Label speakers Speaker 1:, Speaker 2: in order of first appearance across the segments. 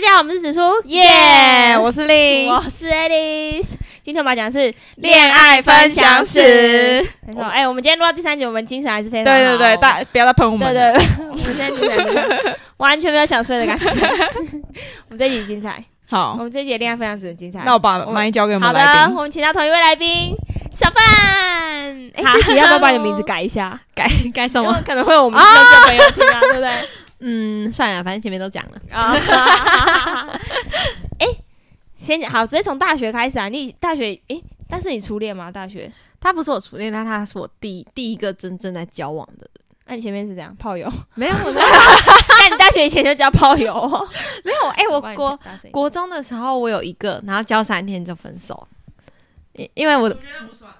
Speaker 1: 家好，我们是紫苏，
Speaker 2: 耶、我是令
Speaker 1: 我是 Alice。今天我们要讲的是
Speaker 2: 恋爱分享史。
Speaker 1: 没错，哎、我们今天录到第三集，我们精神还是非
Speaker 2: 对
Speaker 1: 哎常好
Speaker 2: 对对，大不要再喷我们
Speaker 1: 对
Speaker 2: 了。
Speaker 1: 对对，我们现在精神完全没有想睡的感 觉。我们这集精彩，我
Speaker 2: 好，
Speaker 1: 们这集的恋爱分享史很精彩。
Speaker 2: 那我把
Speaker 1: 我
Speaker 2: 麦交给我
Speaker 1: 好
Speaker 2: 们
Speaker 1: 的
Speaker 2: 来，宾，
Speaker 1: 我们请到同一位来宾小范。哎、这集要不要把你的名字改一 下？
Speaker 3: 改改什
Speaker 1: 因
Speaker 3: 么？
Speaker 1: 为可能会有我们听众朋友听到，对不对？
Speaker 3: 嗯，算了，反正前面都讲了。
Speaker 1: 啊， 哎、先好，直接从大学开始啊。你大学哎、但是你初恋吗？大学？
Speaker 3: 他不是我初恋，但他是我第第一个真正在交往的人。
Speaker 1: 啊那、你前面是怎样？炮 友？
Speaker 3: 没有， 我
Speaker 1: 那你大学以前就叫炮 友、哦？
Speaker 3: 没有。哎、我
Speaker 1: 帮你
Speaker 3: 国
Speaker 1: 打声音
Speaker 3: 国中的时候，我有一个，然后交三天就分手，因因为我的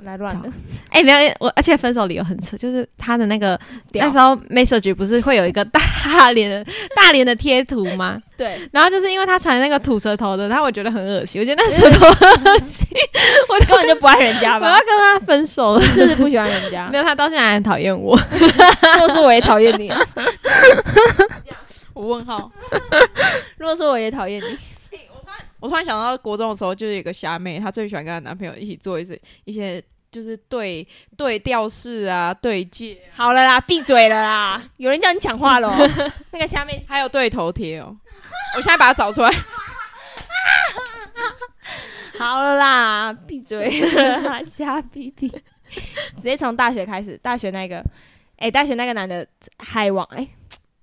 Speaker 1: 来乱的，
Speaker 3: 哎、没有我，而且分手理由很扯，就是他的那个
Speaker 1: 屌
Speaker 3: 那时候 message 不是会有一个大脸的 大脸的贴图吗？
Speaker 1: 对，
Speaker 3: 然后就是因为他传那个吐舌头的，然后我觉得很恶心，我觉得那舌 头很恶心，我就
Speaker 1: 根本就不爱人家
Speaker 3: 我要
Speaker 1: 吧？
Speaker 3: 跟他分手了
Speaker 1: 你。 是不是不喜欢人家
Speaker 3: 没？有，他到现在还很讨厌我。
Speaker 1: 若是我也讨厌你，
Speaker 2: 我问号。
Speaker 1: 若是我也讨厌你，
Speaker 2: 我突然想到，国中的时候就是有一个虾妹，她最喜欢跟她男朋友一起做一些一些，就是对对调式啊，对戒啊，
Speaker 1: 好了啦，闭嘴了啦！有人叫你讲话喽。那个虾妹，
Speaker 2: 还有对头贴哦。我现在把它找出来，
Speaker 1: 好了啦，闭嘴了啦， 瞎逼逼。直接从大学开始，大学那个，哎、大学那个男的海王，哎、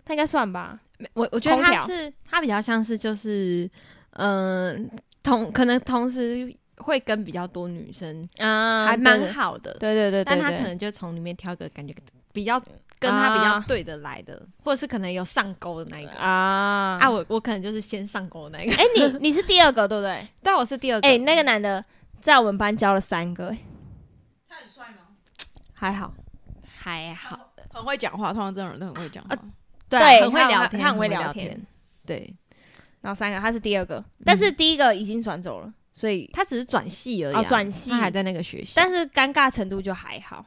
Speaker 1: 他应该算吧？
Speaker 3: 我我觉得
Speaker 1: 空
Speaker 3: 他
Speaker 1: 调
Speaker 3: 是他比较像是就是嗯、同可能同时会跟比较多女生，
Speaker 1: 啊
Speaker 3: 还蛮。好的，
Speaker 1: 对对对对
Speaker 3: 但
Speaker 1: 对
Speaker 3: 他
Speaker 1: 对
Speaker 3: 可能就从里面挑一个感觉比较跟他比较对得来的，或者是可能有上钩的那一个。
Speaker 1: 啊
Speaker 3: 啊，！我我可能就是先上钩的那一个，
Speaker 1: 哎、你你是 第二个对不对？哎、
Speaker 3: 但我是第二个，
Speaker 1: 那个男的在我们班交了三个、哎
Speaker 3: 还好，
Speaker 1: 还好。
Speaker 2: 很会讲话，通常这种人都很会讲话。
Speaker 3: 对啊
Speaker 1: 对
Speaker 3: 很会
Speaker 1: 他
Speaker 3: 聊
Speaker 1: 很
Speaker 3: 天，
Speaker 1: 他很
Speaker 3: 很
Speaker 1: 会聊
Speaker 3: 聊
Speaker 1: 天，
Speaker 3: 对
Speaker 1: 然后三个他是第二个，但是第一个已经转走了，所以
Speaker 3: 他只是转系而已啊、
Speaker 1: 哦转系
Speaker 3: 他还在那个学校，
Speaker 1: 但是尴尬程度就还好。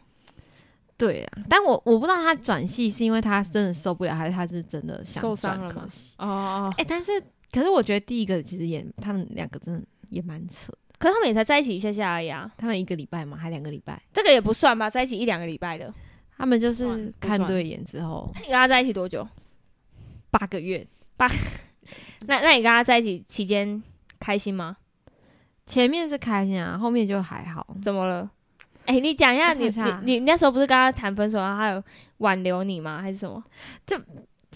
Speaker 3: 对啊，但我我不知道他转系是因为他真的受不了，还是他是真的想
Speaker 1: 受伤
Speaker 3: 转
Speaker 1: 了吗
Speaker 3: 科系
Speaker 2: 哦，
Speaker 3: 哎、但是可是我觉得第一个其实也，他们两个真的也蛮扯的，
Speaker 1: 可是他们也才在一起一下下而已啊，
Speaker 3: 他们一个礼拜嘛，还两个礼拜，
Speaker 1: 这个也不算吧，在一起一两个礼拜的。
Speaker 3: 他们就
Speaker 2: 算
Speaker 3: 是
Speaker 2: 不
Speaker 3: 看
Speaker 2: 算
Speaker 3: 对眼之后
Speaker 1: 那你跟他在一起多久？
Speaker 3: 八个月，
Speaker 1: 那那你跟他在一起期间开心吗？
Speaker 3: 前面是开心啊，后面就还好，
Speaker 1: 怎么了？哎、你讲一下，
Speaker 3: 我想
Speaker 1: 你
Speaker 3: 一下
Speaker 1: 你你那时候不是跟他谈分手，然后他有挽留你吗？还是什么？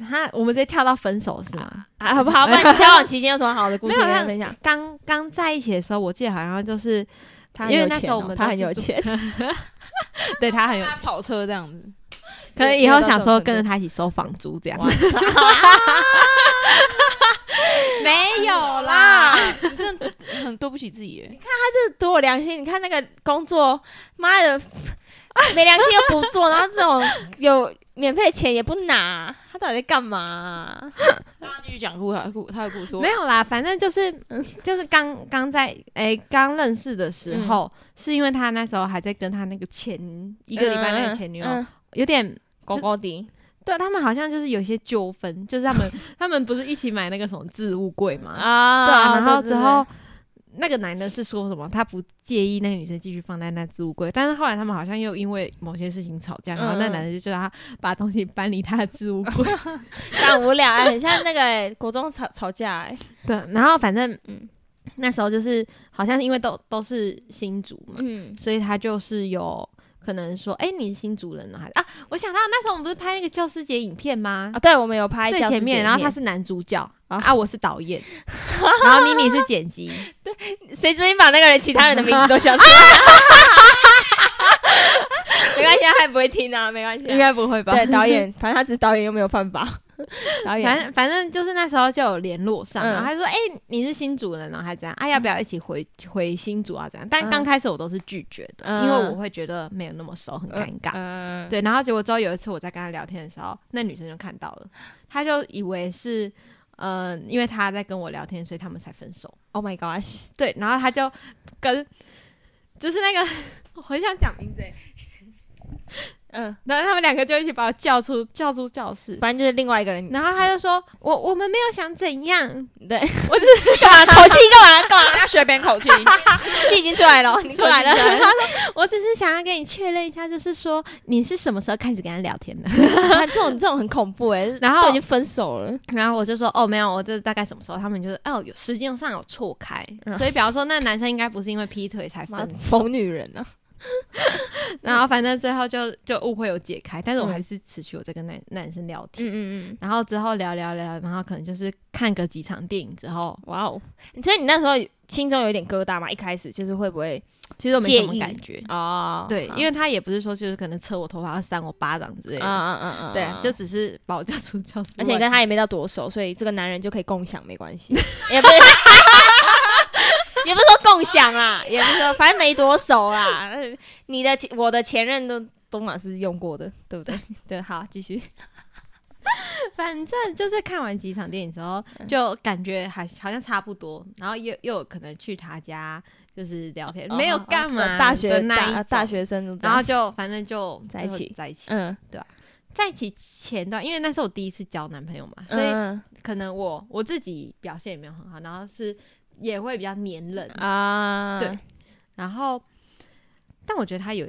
Speaker 3: 他我们直接跳到分手是吗？
Speaker 1: 啊， 好不好？不然你交往期间有什么好的故
Speaker 3: 没
Speaker 1: 事
Speaker 3: 有，
Speaker 1: 跟他
Speaker 3: 他
Speaker 1: 分享？
Speaker 3: 刚刚在一起的时候，我记得好 像就是
Speaker 1: 他
Speaker 3: 因为
Speaker 1: 很有
Speaker 3: 那
Speaker 1: 钱
Speaker 3: 时候
Speaker 1: 哦
Speaker 3: 我们
Speaker 1: 他
Speaker 3: 都
Speaker 1: 很
Speaker 3: 是
Speaker 1: 有
Speaker 3: 住
Speaker 1: 钱，
Speaker 3: 对他很有
Speaker 2: 搭
Speaker 3: 钱，
Speaker 2: 跑车这样子，
Speaker 3: 可能
Speaker 1: 也
Speaker 3: 以
Speaker 1: 也
Speaker 3: 后
Speaker 1: 到
Speaker 3: 想
Speaker 1: 这种
Speaker 3: 说
Speaker 1: 程
Speaker 3: 跟着
Speaker 1: 度
Speaker 3: 他一起收房租这样，
Speaker 2: 没哎有啦，你真的很对不起自己耶。
Speaker 1: 多有良心！你看那个工作，妈的， 没良心又不做，然后这种有免费的钱也不拿，他到底在干嘛啊、
Speaker 2: 让他继续讲故他的故他的故事。
Speaker 3: 没有啦，反正就是
Speaker 1: 嗯
Speaker 3: 就是刚刚在哎刚、认识的时候，
Speaker 1: 嗯
Speaker 3: 是因为他那时候还在跟他那个前一
Speaker 1: 一
Speaker 3: 个礼拜那个前女友、
Speaker 1: 嗯
Speaker 3: 有点。
Speaker 1: 狗狗的，
Speaker 3: 对啊他们好像就是有一些纠纷，就是他们 他们不是一起买那个什么置物柜嘛？
Speaker 1: 啊
Speaker 3: 对啊，然后
Speaker 1: 对
Speaker 3: 之后那个男的是说什么他不介意那个女生继续放在那置物柜，但是后来他们好像又因为某些事情吵架，然后
Speaker 1: 嗯
Speaker 3: 那
Speaker 1: 嗯
Speaker 3: 男的就叫他把东西搬离他的置物柜。
Speaker 1: 对对但无聊、啊，很像那个、欸、国中吵吵架、欸，
Speaker 3: 对，然后反正
Speaker 1: 嗯
Speaker 3: 那时候就是好像因为都都是新竹嘛，
Speaker 1: 嗯，
Speaker 3: 所以他就是有可能说，哎、你是新主人呢、还是啊？我想到那时候我们不是拍那个教师节影片吗
Speaker 1: 啊，？对，我们有拍
Speaker 3: 最
Speaker 1: 教室
Speaker 3: 前面，然后他
Speaker 1: 见
Speaker 3: 是男主角
Speaker 1: 啊
Speaker 3: 啊我是导 演，然后妮妮是剪辑，
Speaker 1: 面谁注意把那个人其他人的名字都 讲出来？没关系，他也不会听啊，没关系啊、
Speaker 3: 应该不会吧？
Speaker 1: 对，导演，反正他只是导演，又没有犯 法。导演，
Speaker 3: 反正反正就是那时候就有联络上，
Speaker 1: 嗯
Speaker 3: 然后他就说，哎、你是新主人哦，还这样，啊，要不要一起回回新竹啊？这样，但
Speaker 1: 嗯
Speaker 3: 刚开始我都是拒绝的，
Speaker 1: 嗯
Speaker 3: 因为我会觉得没有那么熟，很尴尬。
Speaker 1: 嗯，
Speaker 3: 对，然后结果之后有一次我在跟他聊天的时候，那女生就看到了，她就以为是，呃，因为他在跟我聊天，所以他们才分手。
Speaker 1: ，Oh my gosh，
Speaker 3: 对，然后他就 跟，就是那个，我很想讲名字欸，
Speaker 1: 嗯，
Speaker 3: 然后他们两个就一起把我叫出叫出教室，
Speaker 1: 反正嗯就是另外一个人。
Speaker 3: 然后他就说：“我我们没有想怎样。
Speaker 1: 对，我只是 干嘛啊口气干嘛 干嘛，
Speaker 2: 要学别人口 气，
Speaker 1: 气已经出来了，你
Speaker 3: 出来了，他说：“我只是想要跟你确认一下，就是说你是什么时候开始跟他聊天 的
Speaker 1: 啊这种这种很恐怖哎、
Speaker 3: 然后
Speaker 1: 都已经分手了，？”
Speaker 3: 然后我就说：“哦，没有，我这大概什么时候？”他们就是哦，有时间上有错开，
Speaker 1: 嗯
Speaker 3: 所以比方说，那男生应该不是因为劈腿才
Speaker 1: 妈
Speaker 3: 分手。
Speaker 1: 疯女人啊！
Speaker 3: 然后反正最后就就误会有解开，但是我
Speaker 1: 嗯
Speaker 3: 还是持续有在跟男男生聊天。
Speaker 1: 嗯嗯
Speaker 3: 然后之后聊聊聊，然后可能就是看个几场电影之后，
Speaker 1: 嗯，哇哦！所以你那时候心中有一点疙瘩嘛？一开始就是会不会
Speaker 3: 其实我没什
Speaker 1: 介
Speaker 3: 么
Speaker 1: 意
Speaker 3: 感觉。
Speaker 1: 哦，
Speaker 3: 嗯对，因
Speaker 1: 为
Speaker 3: 为他也不是说就是可能扯我头发、扇我巴掌之类
Speaker 1: 嗯嗯
Speaker 3: 的，
Speaker 1: 嗯嗯，
Speaker 3: 对啊，就
Speaker 1: 嗯
Speaker 3: 只是把我叫出教室外。
Speaker 1: 而且你跟他也没到多熟，所以这个男人就可以共享，没关 系，也不是。 也不是说共享啦，也不是说，反正没多熟啦。你的前我的前任都都满是用过的，对不对？对，好，继续。
Speaker 3: 反正就是看完几场电影之后，
Speaker 1: 嗯
Speaker 3: 就感觉还好像差不多，然后又又有可能去他家就是聊天， 没有干嘛、
Speaker 1: 嗯哦大学
Speaker 3: 那一
Speaker 1: 大
Speaker 3: 种
Speaker 1: 大，学生都这
Speaker 3: 然
Speaker 1: 样
Speaker 3: 后就反正就
Speaker 1: 在一起
Speaker 3: 就在一起，
Speaker 1: 嗯，
Speaker 3: 在一起前段，因为那是我第一次交男朋友嘛，所
Speaker 1: 所
Speaker 3: 以
Speaker 1: 以
Speaker 3: 可能我我自己表现也没有很好，然后是也会比较黏人，
Speaker 1: 啊，
Speaker 3: 对然后，但我觉得他有，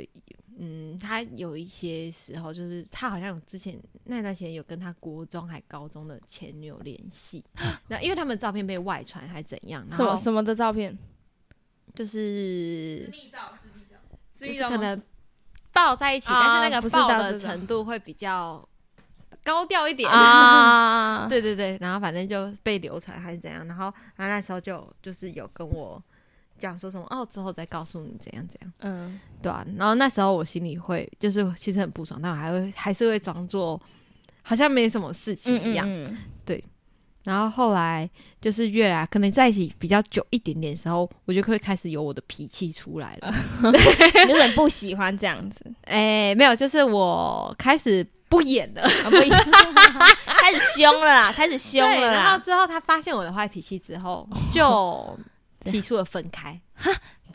Speaker 3: 嗯，他有一些时候，就是他好像有之前那段时间有跟他国中还高中的前女友联系，那因为他们的照片被外传还怎样，然
Speaker 1: 什么
Speaker 3: 后
Speaker 1: 什么的照片？
Speaker 3: 就是就是可
Speaker 2: 可能
Speaker 3: 能抱在一起，
Speaker 1: 啊
Speaker 3: 但是那
Speaker 1: 不
Speaker 3: 个
Speaker 1: 是到
Speaker 3: 抱
Speaker 1: 这
Speaker 3: 的
Speaker 1: 种
Speaker 3: 程度会比较高调一点。
Speaker 1: 啊，
Speaker 3: 对对对，然后反正就被流传还是怎样，然后他那时候就就是有跟我讲说什么哦，之后再告诉你怎样怎样。
Speaker 1: 嗯，
Speaker 3: 对啊，然后那时候我心里会就是其实很不爽，但我还会还是会装作好像没什么事情
Speaker 1: 嗯
Speaker 3: 一样。
Speaker 1: 嗯嗯
Speaker 3: 然后后来就是越来可能在一起比较久一点点的时候，我就会开始有我的脾气出来 了。
Speaker 1: 有点不喜欢这样子，
Speaker 3: 哎、没有，就是我开始不演 了，
Speaker 1: 啊 不一开始凶了啦，开始凶
Speaker 3: 对。
Speaker 1: 了
Speaker 3: 然
Speaker 1: 啦。
Speaker 3: 后之后他发现我的坏脾气之后， 就提出了分开。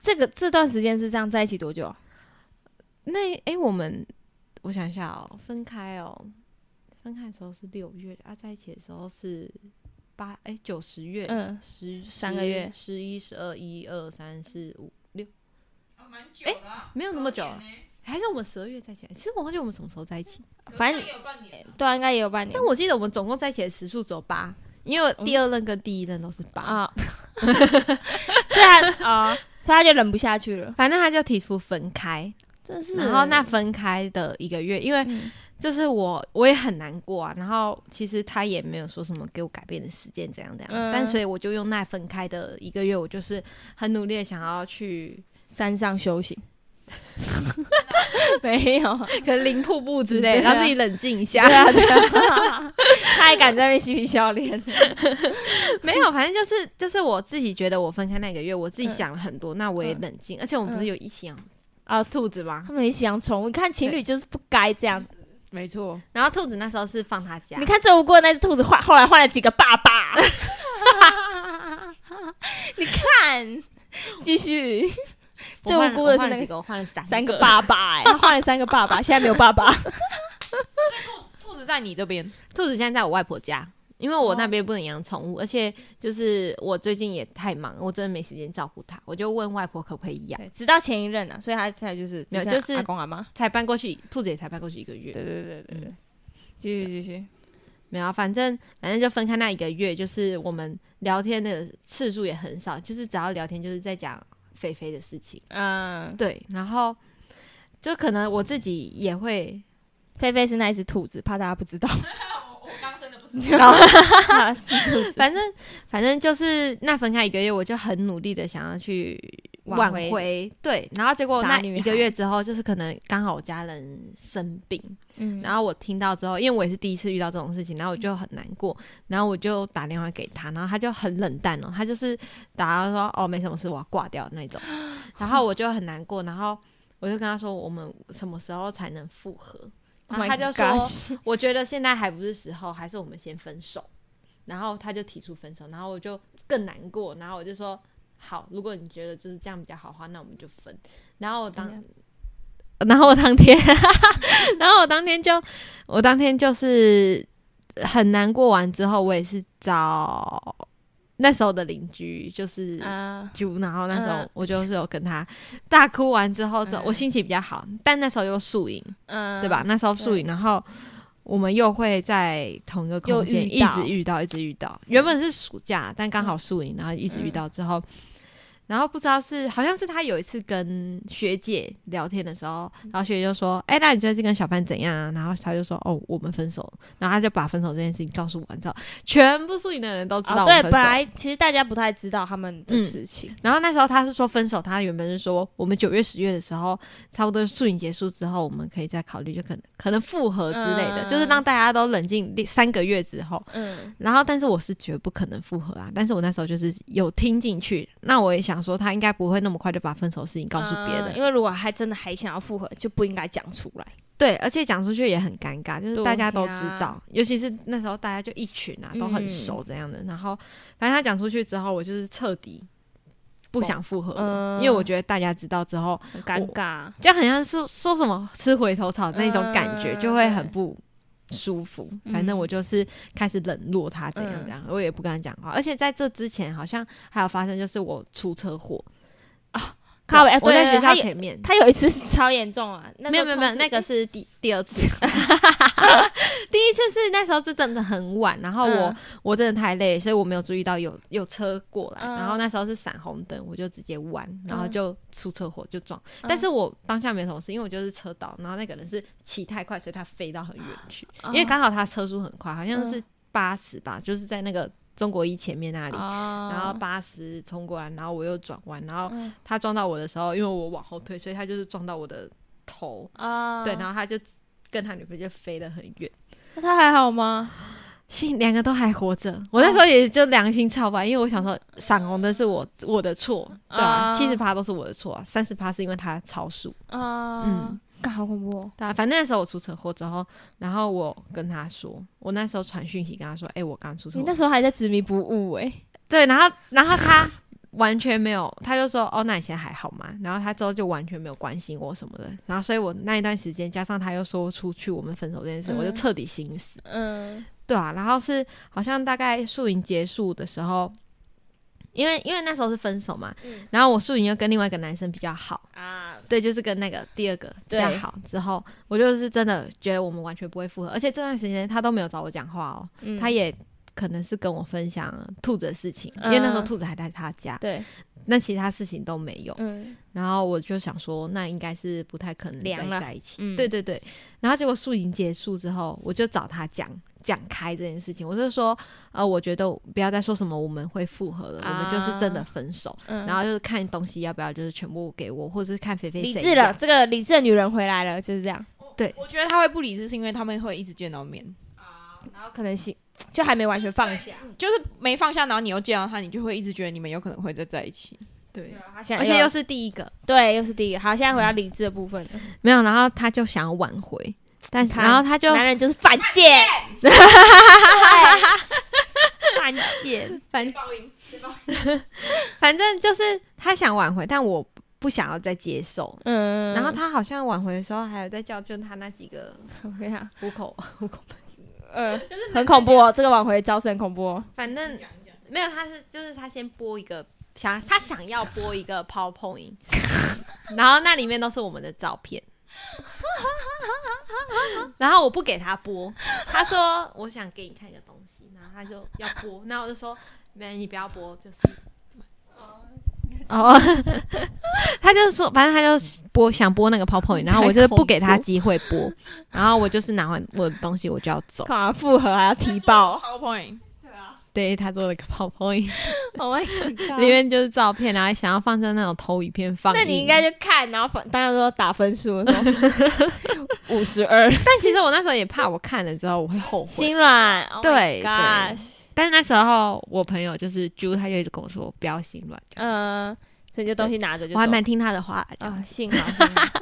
Speaker 1: 这个这段时间是这样在一起多久啊？
Speaker 3: 那哎、诶我们我想一下哦，分开哦，分开的时候是六月啊，在一起的时候是八哎九十月，
Speaker 1: 嗯，
Speaker 3: 十
Speaker 1: 三个月
Speaker 3: 十一、十二、一二三四五六，没有那么久啊，还是我们十二月在一起。其实我忘记我们什么时候在一起，
Speaker 1: 反正对啊，应该也有半年
Speaker 3: 但。我记得我们总共在一起的时数只有八，因为第二任跟第一任都是八。
Speaker 1: 啊， 所以他啊，所以他就忍不下去了，
Speaker 3: 反正他就提出分开，
Speaker 1: 真是。
Speaker 3: 然后那分开的一个月，因为
Speaker 1: 嗯
Speaker 3: 就是我我也很难过啊。然后其实他也没有说什么给我改变的时间怎样怎样，
Speaker 1: 嗯
Speaker 3: 但所以我就用那分开的一个月，我就是很努力的想要去
Speaker 1: 山上修行， 没有，啊
Speaker 3: 可能零瀑布之
Speaker 1: 对
Speaker 3: 类，
Speaker 1: 啊
Speaker 3: 让自己冷静一 下。
Speaker 1: 对啊对啊， 他还敢在那边嬉皮笑脸，
Speaker 3: 没有，反正就是就是我自己觉得我分开那个月，我
Speaker 1: 嗯
Speaker 3: 自己想了很多，那我也冷静，而且我们不是有一起养
Speaker 1: 啊
Speaker 3: 兔子吗？
Speaker 1: 他们一起养宠物，你看情侣就是不该这样子。
Speaker 2: 没错，
Speaker 3: 然后兔子那时候是放他家
Speaker 1: 你，看最无辜的那只兔子换，后来换了几个爸爸。 你看，继续
Speaker 3: 我
Speaker 1: 最
Speaker 3: 换
Speaker 1: 无辜的
Speaker 3: 我
Speaker 1: 是
Speaker 3: 换
Speaker 1: 那
Speaker 3: 了
Speaker 1: 个
Speaker 3: 几个，我换了三
Speaker 1: 三个爸 爸、哎，他换了三个爸爸，现在没有爸爸。
Speaker 2: 兔子在你这边，
Speaker 3: 兔子现在在我外婆家。因为我那
Speaker 1: 哦
Speaker 3: 边不能养宠物，而且就是我最近也太忙，我真的没时间照顾它，我就问外婆可不可以养，
Speaker 1: 对，直到前一任啊，所以他现在就是
Speaker 3: 没有
Speaker 1: 只剩
Speaker 3: 就是
Speaker 1: 阿公阿妈。
Speaker 3: 才搬过去，兔子也才搬过去一个月，
Speaker 1: 对对对对对
Speaker 3: 嗯，
Speaker 1: 继续继续。
Speaker 3: 没有啊，反正反正就分开那一个月，就是我们聊天的次数也很少，就是只要聊天就是在讲肥肥的事情。
Speaker 1: 嗯，
Speaker 3: 对，然后就可能我自己也会，
Speaker 1: 菲菲是那一只兔子，怕大家不知 道，
Speaker 2: 我刚真的不知
Speaker 1: 然后它是兔子。
Speaker 3: 反正反正就是那分开一个月，我就很努力的想要去
Speaker 1: 挽
Speaker 3: 挽
Speaker 1: 回
Speaker 3: 对，然后结果
Speaker 1: 傻
Speaker 3: 那
Speaker 1: 女
Speaker 3: 一个
Speaker 1: 孩
Speaker 3: 月之后，就是可能刚好我家人生病，
Speaker 1: 嗯，
Speaker 3: 然后我听到之后，因为我也是第一次遇到这种事情，然后我就很难过，然后我就打电话给他，然后他就很冷淡哦，他就是打他说哦没什么事，我要挂掉那 种，然后我就很难过，然后我就跟他说我们什么时候才能复合？
Speaker 1: Oh
Speaker 3: 然后
Speaker 1: my
Speaker 3: 他就说
Speaker 1: gosh
Speaker 3: 我觉得现在还不是时候，还是我们先分手。然后他就提出分手，然后我就更难过，然后我就说好，如果你觉得就是这样比较好的话，那我们就分。然后我当、
Speaker 1: 哎呀
Speaker 3: 然后我当天，然后我当天就，我当天就是很难过完之后，我也是找那时候的邻居，就是
Speaker 1: 啊，
Speaker 3: 就然后那时候
Speaker 1: 嗯
Speaker 3: 我就是有跟他大哭完之后，之后
Speaker 1: 嗯
Speaker 3: 我心情比较好，但那时候又宿营，
Speaker 1: 嗯，
Speaker 3: 对吧？？那时候宿营，然后我们又会在同一个空间
Speaker 1: 又遇
Speaker 3: 一
Speaker 1: 到
Speaker 3: 直遇到，一直遇到。原本是暑假，但刚好宿营，然后一
Speaker 1: 嗯
Speaker 3: 直遇到之后，然后不知道是好像是他有一次跟学姐聊天的时候，然后学姐就说：“哎、那你最近跟小班怎样啊？”然后他就说：“哦，我们分手了。”然后他就把分手这件事情告诉我，你知道，全部宿营的人都知道
Speaker 1: 哦，
Speaker 3: 我
Speaker 1: 对，
Speaker 3: 们分手
Speaker 1: 本
Speaker 3: 了。
Speaker 1: 来其实大家不太知道他们的
Speaker 3: 嗯
Speaker 1: 事情，
Speaker 3: 然后那时候他是说分手，他原本是说我们九月、十月的时候，差不多宿营结束之后，我们可以再考虑，就可能可能复合之类的，
Speaker 1: 嗯
Speaker 3: 就是让大家都冷静三个月之后。
Speaker 1: 嗯
Speaker 3: 然后，但是我是绝不可能复合啊！但是我那时候就是有听进去，那我也想说他应该不会那么快就把分手的事情告诉别人，
Speaker 1: 嗯因为如果还真的还想要复合，就不应该讲出来。
Speaker 3: 对，而且讲出去也很尴尬，就是大家都知
Speaker 1: 对
Speaker 3: 道
Speaker 1: 呀，
Speaker 3: 尤其是那时候大家就一群啊，
Speaker 1: 嗯
Speaker 3: 都很熟这样的。然后，反正他讲出去之后，我就是彻底不想复合了，
Speaker 1: 嗯
Speaker 3: 因为我觉得大家知道之后，
Speaker 1: 很尴尬，
Speaker 3: 就很像是说什么吃回头草那种感觉，
Speaker 1: 嗯
Speaker 3: 就会很不舒服。
Speaker 1: 嗯
Speaker 3: 反正我就是开始冷落他，怎样怎样，我也不跟他讲话。而且在这之前，好像还有发生，就是我出车祸，
Speaker 1: 靠北，
Speaker 3: 我在
Speaker 1: 对
Speaker 3: 学校
Speaker 1: 他有
Speaker 3: 前面，
Speaker 1: 他有一次是 超严重啊，那时
Speaker 3: 没有
Speaker 1: 候
Speaker 3: 没有没有，
Speaker 1: 同事
Speaker 3: 那个是第第 二次， 第一次是那时候是真的很晚，然后我、
Speaker 1: 嗯
Speaker 3: 我真的太累，所以我没有注意到有有车过来，
Speaker 1: 嗯
Speaker 3: 然后那时候是闪红灯，我就直接弯，然后
Speaker 1: 嗯
Speaker 3: 就出车祸就撞，
Speaker 1: 嗯
Speaker 3: 但是我当下没什么事，因为我就是车倒，然后那个人是骑太快，所以他飞到很远去，
Speaker 1: 啊
Speaker 3: 因为刚好他车速很快，好像
Speaker 1: 嗯
Speaker 3: 是八十吧，就是在那个中国一前面那里。
Speaker 1: 哦
Speaker 3: 然后八十冲过来，然后我又转弯，然后
Speaker 1: 嗯
Speaker 3: 他撞到我的时候，因为我往后退，所以他就是撞到我的头，
Speaker 1: 啊，
Speaker 3: 对，然后他就跟他女朋友就飞得很远，
Speaker 1: 那他还好吗？
Speaker 3: 幸两个都还活着。我那时候也就良心操吧，因为我想说闪红的是我我的错，对吧、
Speaker 1: 啊
Speaker 3: 七十趴都是我的错、啊，三十趴是因为他超速。
Speaker 1: 啊，
Speaker 3: 嗯
Speaker 1: 嗯，干好恐怖哦，
Speaker 3: 对啊，反正那时候我出车祸之后，然后我跟他说，我那时候传讯息跟他说，哎、我刚出车
Speaker 1: 你
Speaker 3: 祸
Speaker 1: 那，时候还在执迷不悟
Speaker 3: 欸
Speaker 1: 哎，
Speaker 3: 对，然后然后他完全没有，他就说哦，那你现在还好吗？然后他之后就完全没有关心我什么的，然后所以我那一段时间加上他又说出去我们分手这件事，我就
Speaker 1: 嗯
Speaker 3: 彻底心死。
Speaker 1: 嗯
Speaker 3: 对啊，然后是好像大概宿营结束的时候，因为因为那时候是分手嘛，
Speaker 1: 嗯
Speaker 3: 然后我宿营又跟另外一个男生比较好，
Speaker 1: 啊，
Speaker 3: 对，就是跟那个第二个比
Speaker 1: 对
Speaker 3: 较好之后，我就是真的觉得我们完全不会复合，而且这段时间他都没有找我讲话哦，
Speaker 1: 嗯
Speaker 3: 他也可能是跟我分享兔子的事情，因为那时候
Speaker 1: 嗯
Speaker 3: 兔子还在他家，
Speaker 1: 对，
Speaker 3: 那其他事情都没有，
Speaker 1: 嗯
Speaker 3: 然后我就想说，那应该是不太可能
Speaker 1: 凉
Speaker 3: 再
Speaker 1: 了
Speaker 3: 在一起。
Speaker 1: 嗯
Speaker 3: 对对对。然后结果宿营结束之后，我就找他讲讲开这件事情，我就说，呃，我觉得不要再说什么我们会复合了，我们就是真的分手。
Speaker 1: 嗯，
Speaker 3: 然后就是看东西要不要，就是全部给我，或者是看菲菲
Speaker 1: 理
Speaker 3: 谁
Speaker 1: 智了，
Speaker 3: 要。
Speaker 1: 这个理智的女人回来了，就是这样，
Speaker 2: 我觉得他会不理智，是因为他们会一直见到面，
Speaker 1: 啊然后可能是就还没完全放下，
Speaker 2: 就是没放下，然后你又见到他，你就会一直觉得你们有可能会再在一起。
Speaker 3: 对，
Speaker 1: 而
Speaker 3: 而且又是第一个，
Speaker 1: 对，又是第一个，好，现在回到理智的部分了，
Speaker 3: 没有。然后他就想要挽回，但是
Speaker 1: 看
Speaker 3: 然后他就
Speaker 1: 男人就是犯贱， 对犯贱，
Speaker 3: 反正就是他想挽回，但我不想要再接受。
Speaker 1: 嗯，
Speaker 3: 然后他好像挽回的时候，还有在叫，就他那几个
Speaker 1: 我跟你讲，
Speaker 3: 虎口，虎口，
Speaker 1: 嗯，很恐怖哦，这个挽回招式很恐怖哦，
Speaker 3: 反正没有，他是就是他先播一个想他想要播一个 PowerPoint，然后那里面都是我们的照片， 然后我不给他播，他说我想给你看一个东西，然后他就要播，那我就说没你不要播，就是。哦， 他就说，反正他就播想播那个 PowerPoint，然后我就是不给他机会播，然后我就是拿完我的东西我就要走。
Speaker 1: 干嘛复合还要提报
Speaker 2: PowerPoint，
Speaker 3: 对他做了个 PowerPoint，
Speaker 1: ？Oh my god！
Speaker 3: 里面就是照片，然后想要放在那种投影片放映。
Speaker 1: 那你应该就看，然后反大家都打分数的时候，五十二，
Speaker 3: 但其实我那时候也怕，我看了之后我会后 悔
Speaker 1: 心。软。Oh my
Speaker 3: 对
Speaker 1: gosh
Speaker 3: 但是那时候我朋友就是朱，他就一直跟我说不要心软。
Speaker 1: 嗯，所以就东西拿着就
Speaker 3: 我还
Speaker 1: 走
Speaker 3: 蛮听他的话，这样
Speaker 1: 啊，幸好幸好，
Speaker 3: 啊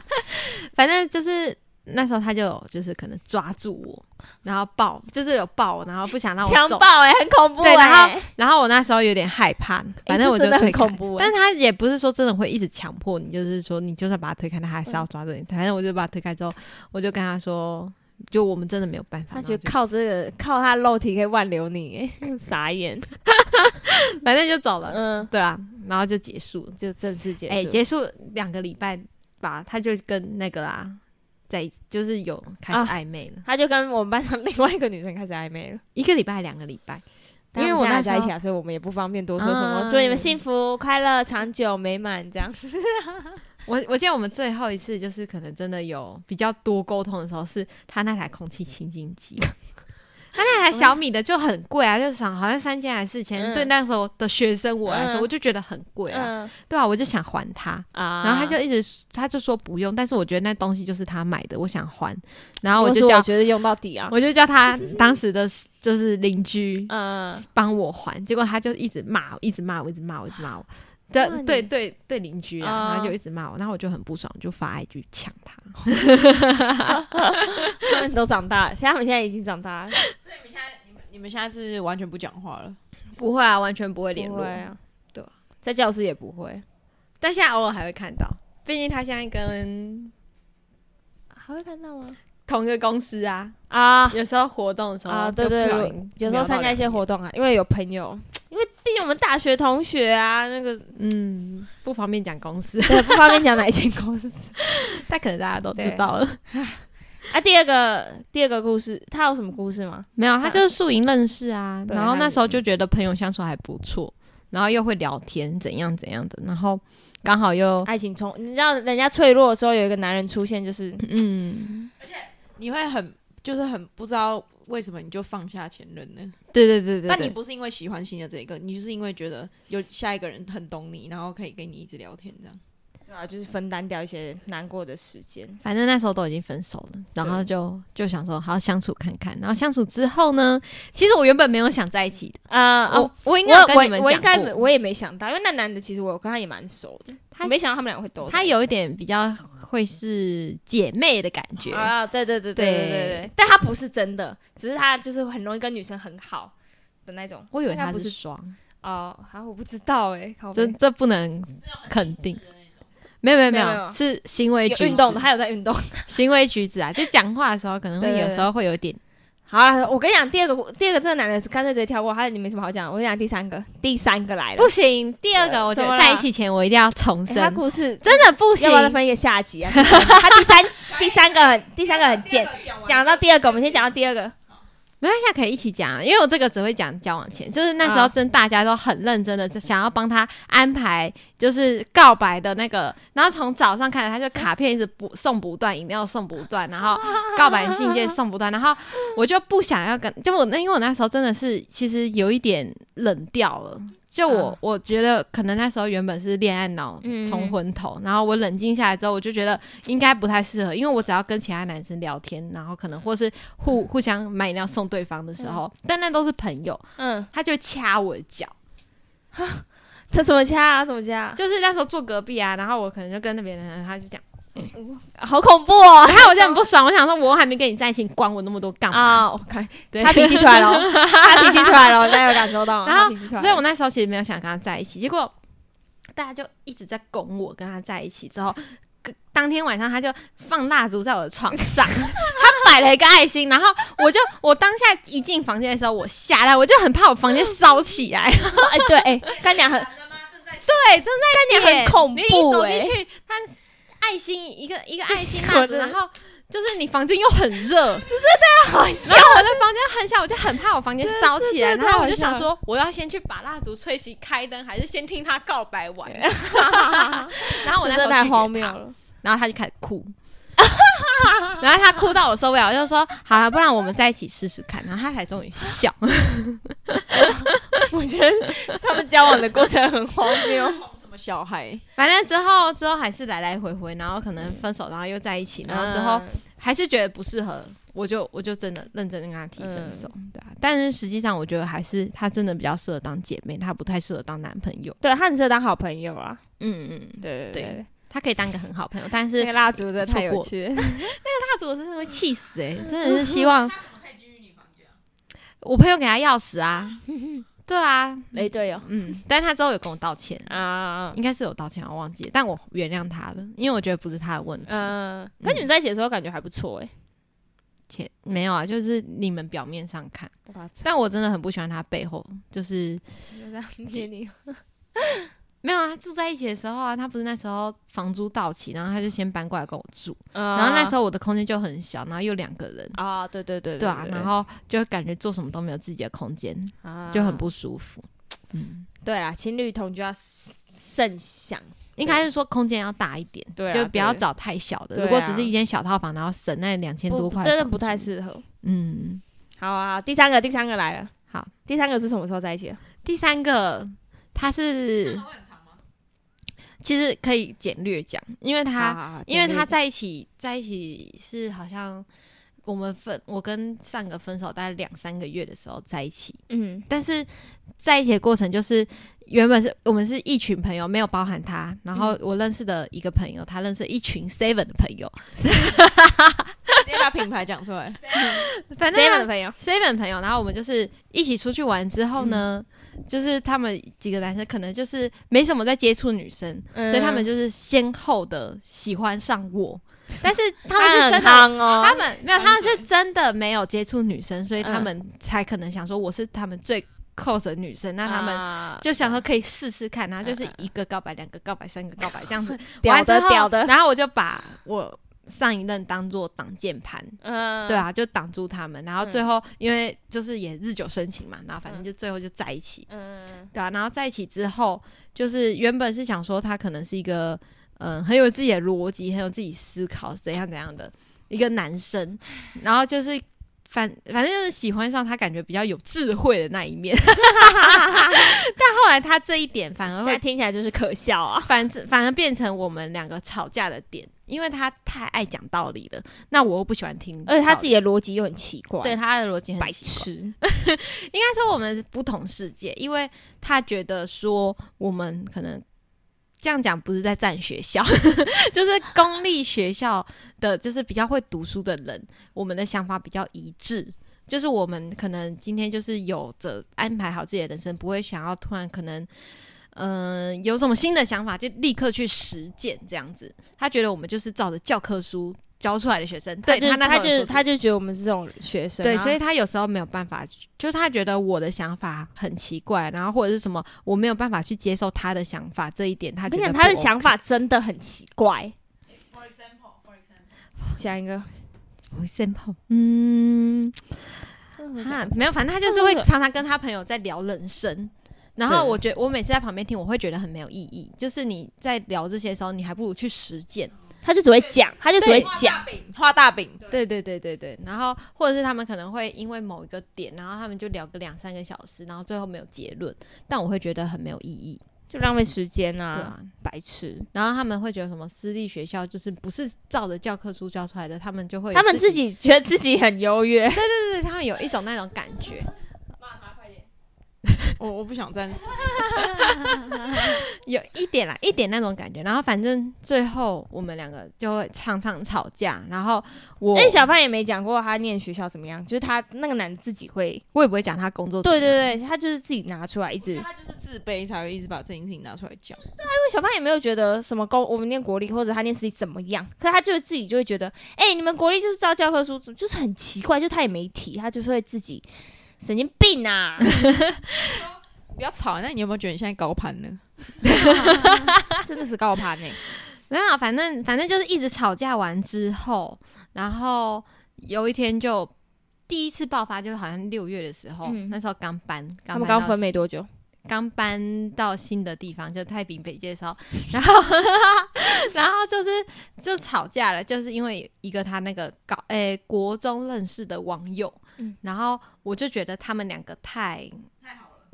Speaker 3: 反正就是那时候他就有就是可能抓住我，然后抱，就是有抱我，然后不想让我
Speaker 1: 强
Speaker 3: 走。
Speaker 1: 暴哎、很恐怖
Speaker 3: 对然
Speaker 1: 哎、
Speaker 3: 然后我那时候有点害怕，反正我就
Speaker 1: 这真的很
Speaker 3: 推开。
Speaker 1: 恐怖欸
Speaker 3: 但是他也不是说真的会一直强迫你，就是说你就算把他推开，他还是要抓着你。反正我就把他推开之后，我就跟他说，就我们真的没有办法。
Speaker 1: 他
Speaker 3: 然后
Speaker 1: 觉得
Speaker 3: 就
Speaker 1: 靠这个靠他肉体可以挽留你、哎， 傻眼。
Speaker 3: 反正就走了，
Speaker 1: 嗯，
Speaker 3: 对啊，然后就结束了。
Speaker 1: 就正式结束。
Speaker 3: 哎、结束两个礼拜吧，他就跟那个啦，在就是有开始
Speaker 1: 啊
Speaker 3: 暧昧了，
Speaker 1: 他就跟我们班上另外一个女生开始暧昧了，
Speaker 3: 一个礼拜两个礼拜，
Speaker 1: 但
Speaker 3: 因为
Speaker 1: 他们
Speaker 3: 我
Speaker 1: 现在还
Speaker 3: 那时
Speaker 1: 在一
Speaker 3: 候
Speaker 1: 起啊，所以我们也不方便多说什么。
Speaker 3: 嗯
Speaker 1: 祝你们幸福、快乐、长久、美满这样。
Speaker 3: 我我记得我们最后一次就是可能真的有比较多沟通的时候，是他那台空气清净机， 他那台小米的就很贵啊，就想好像三千还是四千，
Speaker 1: 嗯
Speaker 3: 对那时候的学生我来
Speaker 1: 嗯
Speaker 3: 说，我就觉得很贵啊，
Speaker 1: 嗯
Speaker 3: 对啊，我就想还他。
Speaker 1: 啊
Speaker 3: 然后他就一直，他就说不用，但是我觉得那东西就是他买的，我想还，然后
Speaker 1: 我
Speaker 3: 我
Speaker 1: 说
Speaker 3: 就叫
Speaker 1: 我觉得用到底啊。
Speaker 3: 我就叫他当时的就是邻居
Speaker 1: 嗯，
Speaker 3: 帮我还，结果他就一直骂，一直骂我，一直骂我，一直骂我。
Speaker 1: 骂你
Speaker 3: 对对对对，邻居啊，
Speaker 1: 啊
Speaker 3: 然后就一直骂我，然后我就很不爽，就发 IG 抢他。
Speaker 1: 他们都长大了，他们现在已经长大了，
Speaker 2: 你们现在是完全不讲话了，
Speaker 3: 不会啊，完全不会
Speaker 1: 不会啊，
Speaker 3: 对啊
Speaker 1: 在教室也不会，
Speaker 3: 但现在偶尔还会看到，毕竟他现在跟
Speaker 1: 还会看到吗？
Speaker 3: 同一个公司 啊，
Speaker 1: 啊
Speaker 3: 有时候活动的时候
Speaker 1: 啊，对
Speaker 3: 就
Speaker 1: 对
Speaker 3: 不小
Speaker 1: 对
Speaker 3: 心，
Speaker 1: 有时候参加一些活
Speaker 3: 聊到两个
Speaker 1: 动
Speaker 3: 人，
Speaker 1: 啊，因为有朋友，因为毕竟我们大学同学啊，那个
Speaker 3: 嗯，不方便讲公 司，
Speaker 1: 对 不方便讲哪一间公司。
Speaker 3: 但可能大家都
Speaker 1: 对
Speaker 3: 知道了。
Speaker 1: 啊，第二个第二个故事，他有什么故事吗？
Speaker 3: 没有，他就是宿营认识啊，
Speaker 1: 嗯对
Speaker 3: 然后
Speaker 1: 他
Speaker 3: 那
Speaker 1: 也
Speaker 3: 时候就觉得朋友相处还不错，然后又会聊天，怎样怎样的，然后刚好又
Speaker 1: 爱情冲，你知道人家脆弱的时候，有一个男人出现，就是
Speaker 3: 嗯，
Speaker 2: 你会很就是很不知道为什么你就放下前任呢？
Speaker 3: 对对对对，
Speaker 2: 但你
Speaker 3: 对
Speaker 2: 不是因为喜欢新的这一个，你就是因为觉得有下一个人很懂你，然后可以跟你一直聊天这样。
Speaker 1: 对啊，就是分担掉一些难过的时间。
Speaker 3: 反正那时候都已经分手了，然后就就想说好好相处看看，然后相处之后呢，其实我原本没有想在一起的，
Speaker 1: 啊、
Speaker 3: 我我应该有
Speaker 1: 我
Speaker 3: 跟你们
Speaker 1: 我我应该
Speaker 3: 讲
Speaker 1: 没
Speaker 3: 过，
Speaker 1: 我也没想到，因为那男的其实我跟他也蛮熟的，
Speaker 3: 他
Speaker 1: 我没想到他们俩会都在
Speaker 3: 她有一点比较会是姐妹的感觉，
Speaker 1: 啊，对对对对对对
Speaker 3: 对
Speaker 1: 对，但他不是真的，只是他就是很容易跟女生很好的那种。
Speaker 3: 我以为
Speaker 1: 但他
Speaker 3: 她
Speaker 1: 不
Speaker 3: 是
Speaker 1: 是
Speaker 3: 双，
Speaker 1: 哦，好、像我不知道哎、靠
Speaker 3: 这
Speaker 1: 背
Speaker 3: 这不能肯定。没有没有
Speaker 1: 没
Speaker 3: 没
Speaker 1: 有没有
Speaker 3: 有，是行为举
Speaker 1: 有运动的，
Speaker 3: 止
Speaker 1: 他有在运动。
Speaker 3: 行为举 止啊，就讲话的时候可能会
Speaker 1: 对对
Speaker 3: 有时候会有点
Speaker 1: 好了，我跟你讲，第二个故第二个这个男的是干脆直接跳过，他你没什么好讲。我跟你讲第三个，第三个来了，
Speaker 3: 不行。第二
Speaker 1: 对
Speaker 3: 个，我觉
Speaker 1: 怎么
Speaker 3: 得
Speaker 1: 了
Speaker 3: 在一起前我一定要重
Speaker 1: 欸
Speaker 3: 申，
Speaker 1: 他故事
Speaker 3: 哎真的不行
Speaker 1: 要不。要再分一个下集啊？他第三 第三个很第三个很贱，讲到第二个，我们先讲到第二个。
Speaker 3: 没关系啊，可以一起讲啊，因为我这个只会讲交往前，就是那时候真大家都很认真的想要帮他安排，就是告白的那个，然后从早上开始他就卡片一直不送不断，饮料送不断， 然后告白信件送不断，然后我就不想要跟，就我那因为我那时候真的是其实有一点冷掉了。就我，我觉得可能那时候原本是恋爱脑
Speaker 1: 嗯
Speaker 3: 冲昏头，然后我冷静下来之后，我就觉得应该不太适合，因为我只要跟其他男生聊天，然后可能或是互互相买饮料送对方的时候，但那都是朋友，
Speaker 1: 嗯，
Speaker 3: 他就掐我的脚，
Speaker 1: 他怎么掐啊？怎么掐？
Speaker 3: 就是那时候坐隔壁啊，然后我可能就跟那边的人，他就讲，
Speaker 1: 好恐怖哦！
Speaker 3: 然后我就很不爽，我想说我还没跟你在一起，你管我那么多干嘛？
Speaker 1: 啊，我看
Speaker 3: 对
Speaker 1: 他脾气出来了，哦 他脾气出来了，哦大家有感受到吗？
Speaker 3: 然后
Speaker 1: 他脾气出来了，
Speaker 3: 所以我那时候其实没有想跟他在一起，结果大家就一直在拱我跟他在一起之后。跟当天晚上他就放蜡烛在我的床上， 他摆了一个爱心，然后我就我当下一进房间的时候，我吓到，我就很怕我房间烧起 来，
Speaker 1: 哎对哎，干娘很
Speaker 3: 对，正在
Speaker 1: 干娘
Speaker 3: 点
Speaker 1: 很恐
Speaker 3: 你一
Speaker 1: 怖
Speaker 3: 走
Speaker 1: 哎
Speaker 3: 进，去，它爱心一个一个爱心
Speaker 1: 我
Speaker 3: 蜡烛，
Speaker 1: 真的
Speaker 3: 然后就是你房间又很热，
Speaker 1: 好
Speaker 3: 然后我的房间很小，我就很怕我房间烧起来，
Speaker 1: 这这
Speaker 3: 然后我就
Speaker 1: 太好笑
Speaker 3: 想说，我要先去把蜡烛吹熄、开灯，还是先听他告白完？ 然后我那
Speaker 1: 真的
Speaker 3: 时候
Speaker 1: 太
Speaker 3: 拒绝
Speaker 1: 荒谬
Speaker 3: 他，
Speaker 1: 了。
Speaker 3: 然后他就开始哭。 然后他哭到我受不了，我就说好了，不然我们在一起试试看。然后他才终于笑，
Speaker 1: 我觉得他们交往的过程很荒 谬。
Speaker 2: 什么小孩？
Speaker 3: 反正之后之后还是来来回回，然后可
Speaker 1: 嗯
Speaker 3: 能分手，然后又在一起，然后之后还是觉得不适合，我就我就真的认真的跟他提分手，
Speaker 1: 嗯
Speaker 3: 对啊。但是实际上，我觉得还是他真的比较适合当姐妹，他不太适合当男朋友。
Speaker 1: 对，他很适合当好朋友啊。
Speaker 3: 嗯嗯，
Speaker 1: 对对
Speaker 3: 对他可以当个很好朋友，但
Speaker 1: 对，
Speaker 3: 是
Speaker 1: 那个蜡烛真的太有趣了。
Speaker 3: 主，我真的会气死哎、真的是 希望。我朋友给他钥匙啊，对啊，
Speaker 1: 雷队友
Speaker 3: 嗯，但他之后有跟我道歉，
Speaker 1: 哎哦啊，
Speaker 3: 应该是有道歉，我忘记了，但我原谅他了，因为我觉得不是他的问题。
Speaker 1: 嗯，跟你们在一起的时候感觉还不错哎，
Speaker 3: 且没有啊，就是你们表面上看，
Speaker 1: 我把
Speaker 3: 但我真的很不喜欢他背后， 就是
Speaker 1: 这样接你，
Speaker 3: 没有啊，住在一起的时候啊，他不是那时候房租到期，然后他就先搬过来跟我住，
Speaker 1: 然
Speaker 3: 然后那时
Speaker 1: 候
Speaker 3: 候我的空间就很小，然后又两个人，
Speaker 1: 啊，对对对
Speaker 3: 对啊，然后就感觉做什么都没有自己的空间，
Speaker 1: 后
Speaker 3: 就很不舒服。
Speaker 1: 对啦，情侣同居要慎想，
Speaker 3: 应该是说空间要大一点，
Speaker 1: 对啊
Speaker 3: 就不要
Speaker 1: 对
Speaker 3: 找太小的。
Speaker 1: 对啊
Speaker 3: 如果只是一间小套房，然后省那两千多
Speaker 1: 不
Speaker 3: 块，
Speaker 1: 真的不太。适合。
Speaker 3: 嗯，
Speaker 1: 好啊，第三个，第三个来了。
Speaker 3: 好，
Speaker 1: 第三个是什么时候在一起的？
Speaker 3: 第三个，它是其实可以简略讲，因为它
Speaker 1: 他
Speaker 3: 因为他在一起在一起是好像我们分我跟上个分手大概两三个月的时候在一起，
Speaker 1: 嗯
Speaker 3: 但是在一起的过程就是原本是我们是一群朋友，没有包含他，然
Speaker 1: 嗯
Speaker 3: 后我认识的一个朋友，他认识一群 Seven 的朋友，
Speaker 2: 直接把品牌讲出来。
Speaker 3: 反正
Speaker 1: ，seven 的
Speaker 3: 他
Speaker 1: 朋友
Speaker 3: Seven 朋友，然后我们就是一起出去玩之后
Speaker 1: 嗯
Speaker 3: 呢。就是他们几个男生可能就是没什么在接触女生，
Speaker 1: 嗯
Speaker 3: 所以他们就是先后的喜欢上 我，但是他
Speaker 1: 他
Speaker 3: 们是
Speaker 1: 很
Speaker 3: 真的
Speaker 1: 夯哦，
Speaker 3: 他们没有，他们是真的没有接触女
Speaker 1: 嗯
Speaker 3: 生，所以他们才可能想说我是他们最 close 的女生，那他们
Speaker 1: 们，
Speaker 3: 就想说可以试试看，然后就是一个告白，两个告白，三个告白这样子
Speaker 1: 屌
Speaker 3: 完之
Speaker 1: 的
Speaker 3: 后
Speaker 1: 屌的
Speaker 3: 然后我就把我上一任当做挡箭盘，
Speaker 1: 嗯
Speaker 3: 对，啊，就挡住他们，然后最后因为就是也日久生情嘛，然后反正就最后就在一起，
Speaker 1: 嗯
Speaker 3: 对啊，然后在一起之后，就是原本是想说他可能是一个嗯很有自己的逻辑、很有自己思考怎样怎样的一个男生，然后就是反反正就是喜欢上他，感觉比较有智慧的那 一面。但后来他这一点反而
Speaker 1: 现在
Speaker 3: 会
Speaker 1: 听起来就是可笑啊，
Speaker 3: 反正反而变成我们两个吵架的点，因为他太爱讲道理了，那我又不喜欢听道理，
Speaker 1: 而且他自己的逻辑又很奇怪，
Speaker 3: 对，他的逻辑很
Speaker 1: 白
Speaker 3: 奇怪
Speaker 1: 痴，
Speaker 3: 应该说我们不同世界，因为他觉得说我们可能这样讲不是在占学校， 就是公立学校的，就是比较会读书的人，我们的想法比较一致。就是我们可能今天就是有着安排好自己的人生，不会想要突然可能，嗯、有什么新的想法就立刻去实践这样子。他觉得我们就是照着教科书教出来的学生，
Speaker 1: 他
Speaker 3: 对
Speaker 1: 就是
Speaker 3: 那时
Speaker 1: 他
Speaker 3: 候
Speaker 1: 就
Speaker 3: 有
Speaker 1: 是
Speaker 3: 说出
Speaker 1: 他就觉得我们是这种学生，啊
Speaker 3: 对，
Speaker 1: 然后
Speaker 3: 所以他有时候没有办法，就他觉得我的想法很奇怪，然后或者是什么，我没有办法去接受他的想法这一点，他
Speaker 1: 我
Speaker 3: 觉
Speaker 1: 跟你
Speaker 3: 得
Speaker 1: 讲，他的
Speaker 3: 不 OK
Speaker 1: 想法真的很奇怪。讲一个，
Speaker 3: For example，嗯，哈，没有，反正他就是会常常跟他朋友在聊人生。然后
Speaker 1: 对
Speaker 3: 我觉我每次在旁边听，我会觉得很没有意义。就是你在聊这些时候，你还不如去实践。
Speaker 1: 他就只会讲，他就只会
Speaker 3: 对
Speaker 1: 讲，
Speaker 2: 画大饼，
Speaker 3: 对对对对对，然后或者是他们可能会因为某一个点，然后他们就聊个两三个小时，然后最后没有结论，但我会觉得很没有意义，
Speaker 1: 就浪费时间
Speaker 3: 对
Speaker 1: 啊，
Speaker 3: 啊。
Speaker 1: 白痴。
Speaker 3: 然后他们会觉得什么私立学校就是不是照着教科书教出来的，他们就会有
Speaker 1: 他们自
Speaker 3: 自
Speaker 1: 己觉得自己很优越，
Speaker 3: 对对，他们有一种那种感觉，
Speaker 2: 我我不想暂时。
Speaker 3: 有一点啦，一点那种感觉。然后反正最后我们两个就会常常吵架，然后我
Speaker 1: 那哎小胖也没讲过他念学校怎么样，就是他那个男的自己会，
Speaker 3: 我也不会讲他工作怎么
Speaker 1: 对
Speaker 3: 样，
Speaker 1: 对对，他就是自己拿出来一直。
Speaker 2: 觉得
Speaker 1: 因
Speaker 2: 他就是自卑才会一直把这件事情拿出来讲。
Speaker 1: 为小胖也没有觉得什么公，我们念国立或者他念私立怎么样，可是他就是自己就会觉得，哎、你们国立就是照教科书，就是很奇怪，就他也没提，他就是会自己神经病 啊，
Speaker 2: 不要吵，那你有没有觉得你现在高攀了？
Speaker 1: 真的是高攀 呢、
Speaker 3: 没有啊，反正反正就是一直吵架完之后，然后有一天就第一次爆发，就是好像六月的时候，
Speaker 1: 嗯
Speaker 3: 那时候刚搬，
Speaker 1: 他们
Speaker 3: 搬
Speaker 1: 刚
Speaker 3: 到
Speaker 1: 分没多久，
Speaker 3: 刚搬到新的地方，就太平北街的时候， 然后然后就是就吵架了，就是因为一个他那个搞诶、国中认识的网友，
Speaker 1: 嗯
Speaker 3: 然后我就觉得他们两个太，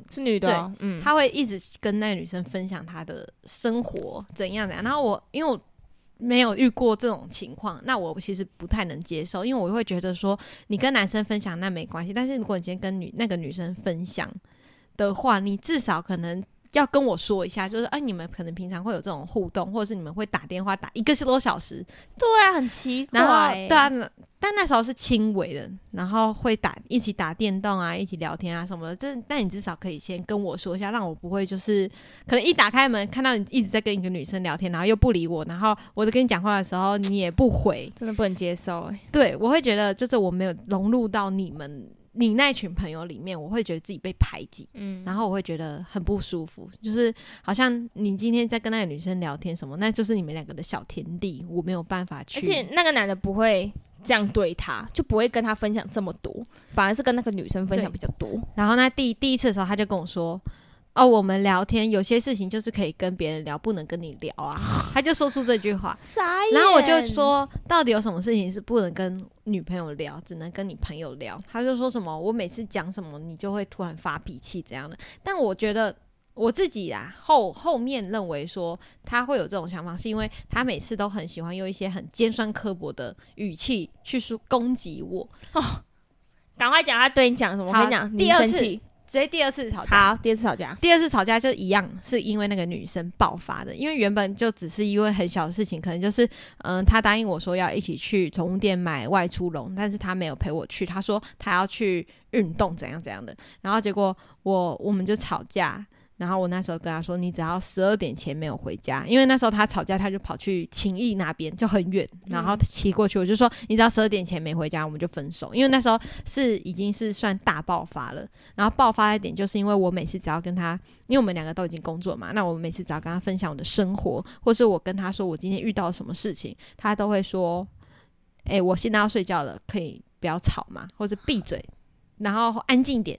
Speaker 1: 是女的哦、嗯，
Speaker 3: 他会一直跟那个女生分享他的生活怎样怎样，然后我因为我。没有遇过这种情况，那我其实不太能接受，因为我会觉得说，你跟男生分享那没关系，但是如果你今天跟女那个女生分享的话，你至少可能要跟我说一下，就是哎、你们可能平常会有这种互动，或者是你们会打电话打一个多小时，
Speaker 1: 对啊，很奇怪
Speaker 3: 然后
Speaker 1: 欸。
Speaker 3: 对啊，那但那时候是轻微的，然后会打一起打电动啊，一起聊天啊什么的。这但你至少可以先跟我说一下，让我不会就是可能一打开门看到你一直在跟一个女生聊天，然后又不理我，然后我在跟你讲话的时候你也不回，
Speaker 1: 真的不能接受哎、
Speaker 3: 对我会觉得就是我没有融入到你们你那群朋友里面，我会觉得自己被排挤。
Speaker 1: 嗯，
Speaker 3: 然后我会觉得很不舒服，就是好像你今天在跟那个女生聊天什么，那就是你们两个的小天地，我没有办法去。
Speaker 1: 而且那个男的不会这样对他，就不会跟他分享这么多，反而是跟那个女生分享
Speaker 3: 对
Speaker 1: 比较多。
Speaker 3: 然后那第第一次的时候，他就跟我说：“哦，我们聊天有些事情就是可以跟别人聊，不能跟你聊啊。” 他就说出这句话，
Speaker 1: 傻眼
Speaker 3: 然后我就，说：“到底有什么事情是不能跟女朋友聊，只能跟你朋友聊？”他就说什么：“我每次讲什么，你就会突然发脾气这样的。”但我觉得。我自己啊，后后面认为说他会有这种想法，是因为他每次都很喜欢用一些很尖酸刻薄的语气去说攻击我。
Speaker 1: 赶快讲他对你讲什么。我
Speaker 3: 好
Speaker 1: 跟你讲，
Speaker 3: 第
Speaker 1: 你
Speaker 3: 二
Speaker 1: 生
Speaker 3: 次
Speaker 1: 气
Speaker 3: 直接第二次吵架，
Speaker 1: 好，第二次吵架，
Speaker 3: 第二次吵架就一样，是因为那个女生爆发的，因为原本就只是因为很小的事情，可能就是嗯，她答应我说要一起去宠物店买外出笼，但是她没有陪我去，她说她要去运动怎样怎样的，然后结果我我们就吵架。然后我那时候跟她说，你只要十二点前没有回家，因为那时候她吵架，她就跑去情谊那边，就很远，然后骑过去。我就说，你只要十二点前没回家，我们就分手。因为那时候是已经是算大爆发了。然后爆发一点，就是因为我每次只要跟他，因为我们两个都已经工作嘛，那我每次只要跟他分享我的生活，或是我跟他说我今天遇到什么事情，他都会说：“哎、我现在要睡觉了，可以不要吵嘛，或者闭嘴，然后安静点。”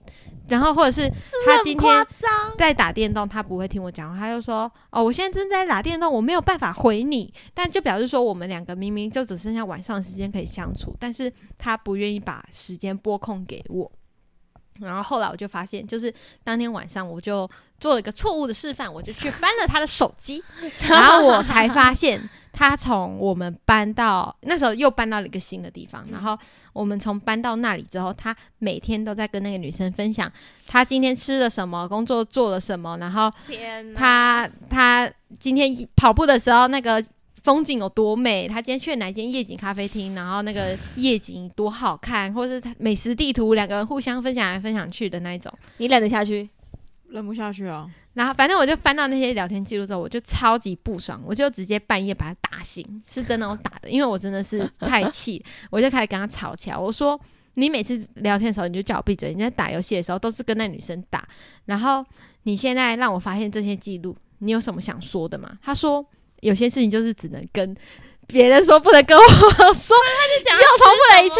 Speaker 3: 然后或者是他今天
Speaker 1: 张，
Speaker 3: 在打电动，他不会听我讲话，他就说：“哦，我现在正在打电动，我没有办法回你。”但就表示说，我们两个明明就只剩下晚上的时间可以相处，但是他不愿意把时间拨空给我。然后后来我就发现，就是当天晚上我就做了一个错误的示范，我就去翻了他的手机，然后我才发现他从我们搬到那时候又搬到了一个新的地方，然后我们从搬到那里之后，他每天都在跟那个女生分享他今天吃了什么，工作做了什么，然后
Speaker 1: 天哪，
Speaker 3: 他他今天跑步的时候那个。风景有多美？他今天去了哪间夜景咖啡厅？然后那个夜景多好看，或是他美食地图，两个人互相分享来分享去的那一种。
Speaker 1: 你忍得下去？
Speaker 2: 忍不下去啊！
Speaker 3: 然后反正我就翻到那些聊天记录之后，我就超级不爽，我就直接半夜把他打醒，是真的我打的，因为我真的是太气，我就开始跟他吵起来。我说你每次聊天的时候你就叫我闭嘴，你在打游戏的时候都是跟那女生打，然后你现在让我发现这些记录，你有什么想说的吗？他说有些事情就是 只能跟。别人说不能跟我说，
Speaker 1: 就讲
Speaker 3: 又重复了一次，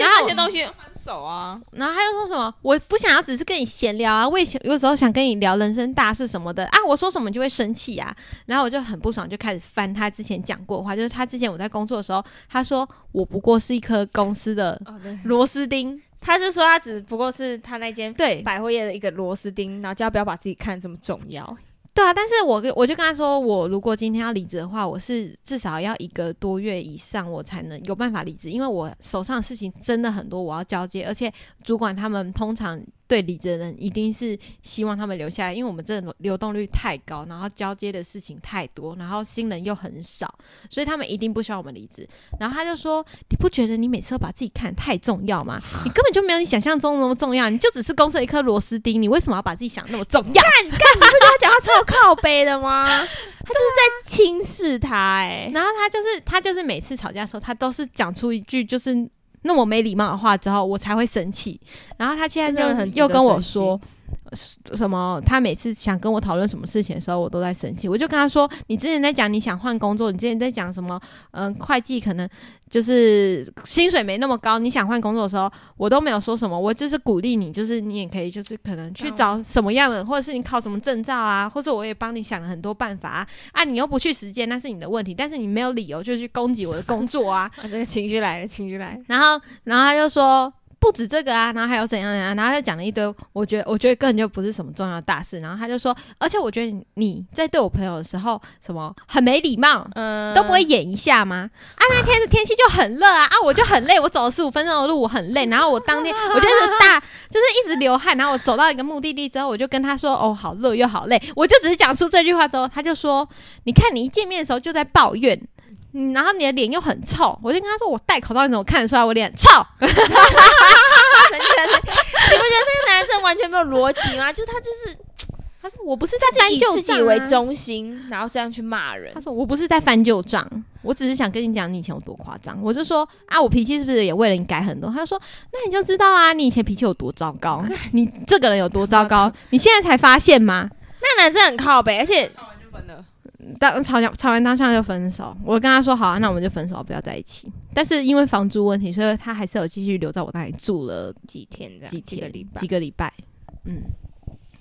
Speaker 1: 那
Speaker 3: 然后
Speaker 1: 东西，
Speaker 2: 分手啊！
Speaker 3: 然后他又说什么？我不想要只是跟你闲聊啊，我也想有时候想跟你聊人生大事什么的啊，我说什么你就会生气啊。然后我就很不爽，就开始翻他之前讲过的话，就是他之前我在工作的时候，他说我不过是一颗公司的
Speaker 1: 哦对，
Speaker 3: 螺丝钉，
Speaker 1: 他是说他只不过是他那间
Speaker 3: 对
Speaker 1: 百货业的一个螺丝钉，然后叫他不要把自己看得这么重要。
Speaker 3: 对啊。但是我跟我就跟他说，我如果今天要离职的话，我是至少要一个多月以上，我才能有办法离职，因为我手上的事情真的很多，我要交接，而且主管他们通常对离职的人一定是希望他们留下来，因为我们这流动率太高，然后交接的事情太多，然后新人又很少，所以他们一定不需要我们离职。然后他就说：“你不觉得你每次都把自己看得太重要吗？你根本就没有你想象中那么重要，你就只是公司的一颗螺丝钉，你为什么要把自己想得那么重要？”
Speaker 1: 他讲话超靠背的吗？ 他就是在轻视他哎、
Speaker 3: 然后他就是他就是每次吵架的时候，他都是讲出一句就是那么没礼貌的话之后，我才会生气。然后他现在
Speaker 1: 真
Speaker 3: 就
Speaker 1: 的很值得
Speaker 3: 又跟我说。什么？他每次想跟我讨论什么事情的时候，我都在生气。我就跟他说：“你之前在讲你想换工作，你之前在讲什么？嗯，会计可能就是薪水没那么高，你想换工作的时候，我都没有说什么。我就是鼓励你，就是你也可以，就是可能去
Speaker 1: 嗯
Speaker 3: 找什么样的，或者是你考什么证照啊，或者我也帮你想了很多办法啊。啊，你又不去实践，那是你的问题，但是你没有理由就去攻击我的工作啊。
Speaker 1: 啊，这个情绪来了，情绪来了。
Speaker 3: 然后，然后他就说，不止这个啊，然后还有怎样怎样，然后他讲了一堆，我觉得我觉得根本就不是什么重要的大事，然后他就说，而且我觉得你你在对我朋友的时候，什么很没礼貌，
Speaker 1: 嗯
Speaker 3: 都不会演一下吗？啊，那天的天气就很热啊，啊，我就很累，我走了十五分钟的路，我很累。然后我当天我就一直大，就是一直流汗。然后我走到一个目的地之后，我就跟他说：“哦，好热又好累。”我就只是讲出这句话之后，他就说：“你看你一见面的时候就在抱怨。”嗯，然后你的脸又很臭，我就跟他说：“我戴口罩，你怎么看得出来我脸很臭？”
Speaker 1: 神奇的是，你不觉得那个男生完全没有逻辑吗？就他就是
Speaker 3: 他说：“我不是在翻
Speaker 1: 以
Speaker 3: 旧
Speaker 1: 自
Speaker 3: 账、
Speaker 1: 己为。中心，然后这样去骂人
Speaker 3: 他。说：“我不是在翻旧账，我只是想跟你讲你以前有多夸张。”我就说：“啊，我脾气是不是也为了你改很多？”他就说：“那你就知道啦、你以前脾气有多糟糕，你这个人有多糟糕，你现在才发现吗
Speaker 1: 那男生很靠北，而且
Speaker 2: 分了。？”
Speaker 3: 当吵架吵完当下就分手，我跟他说：“好啊，那我们就分手，不要在一起。”但是因为房租问题，所以他还是有继续留在我那里住了
Speaker 1: 几天这样，
Speaker 3: 几
Speaker 1: 个
Speaker 3: 天
Speaker 1: 礼拜
Speaker 3: 几。个礼拜，嗯，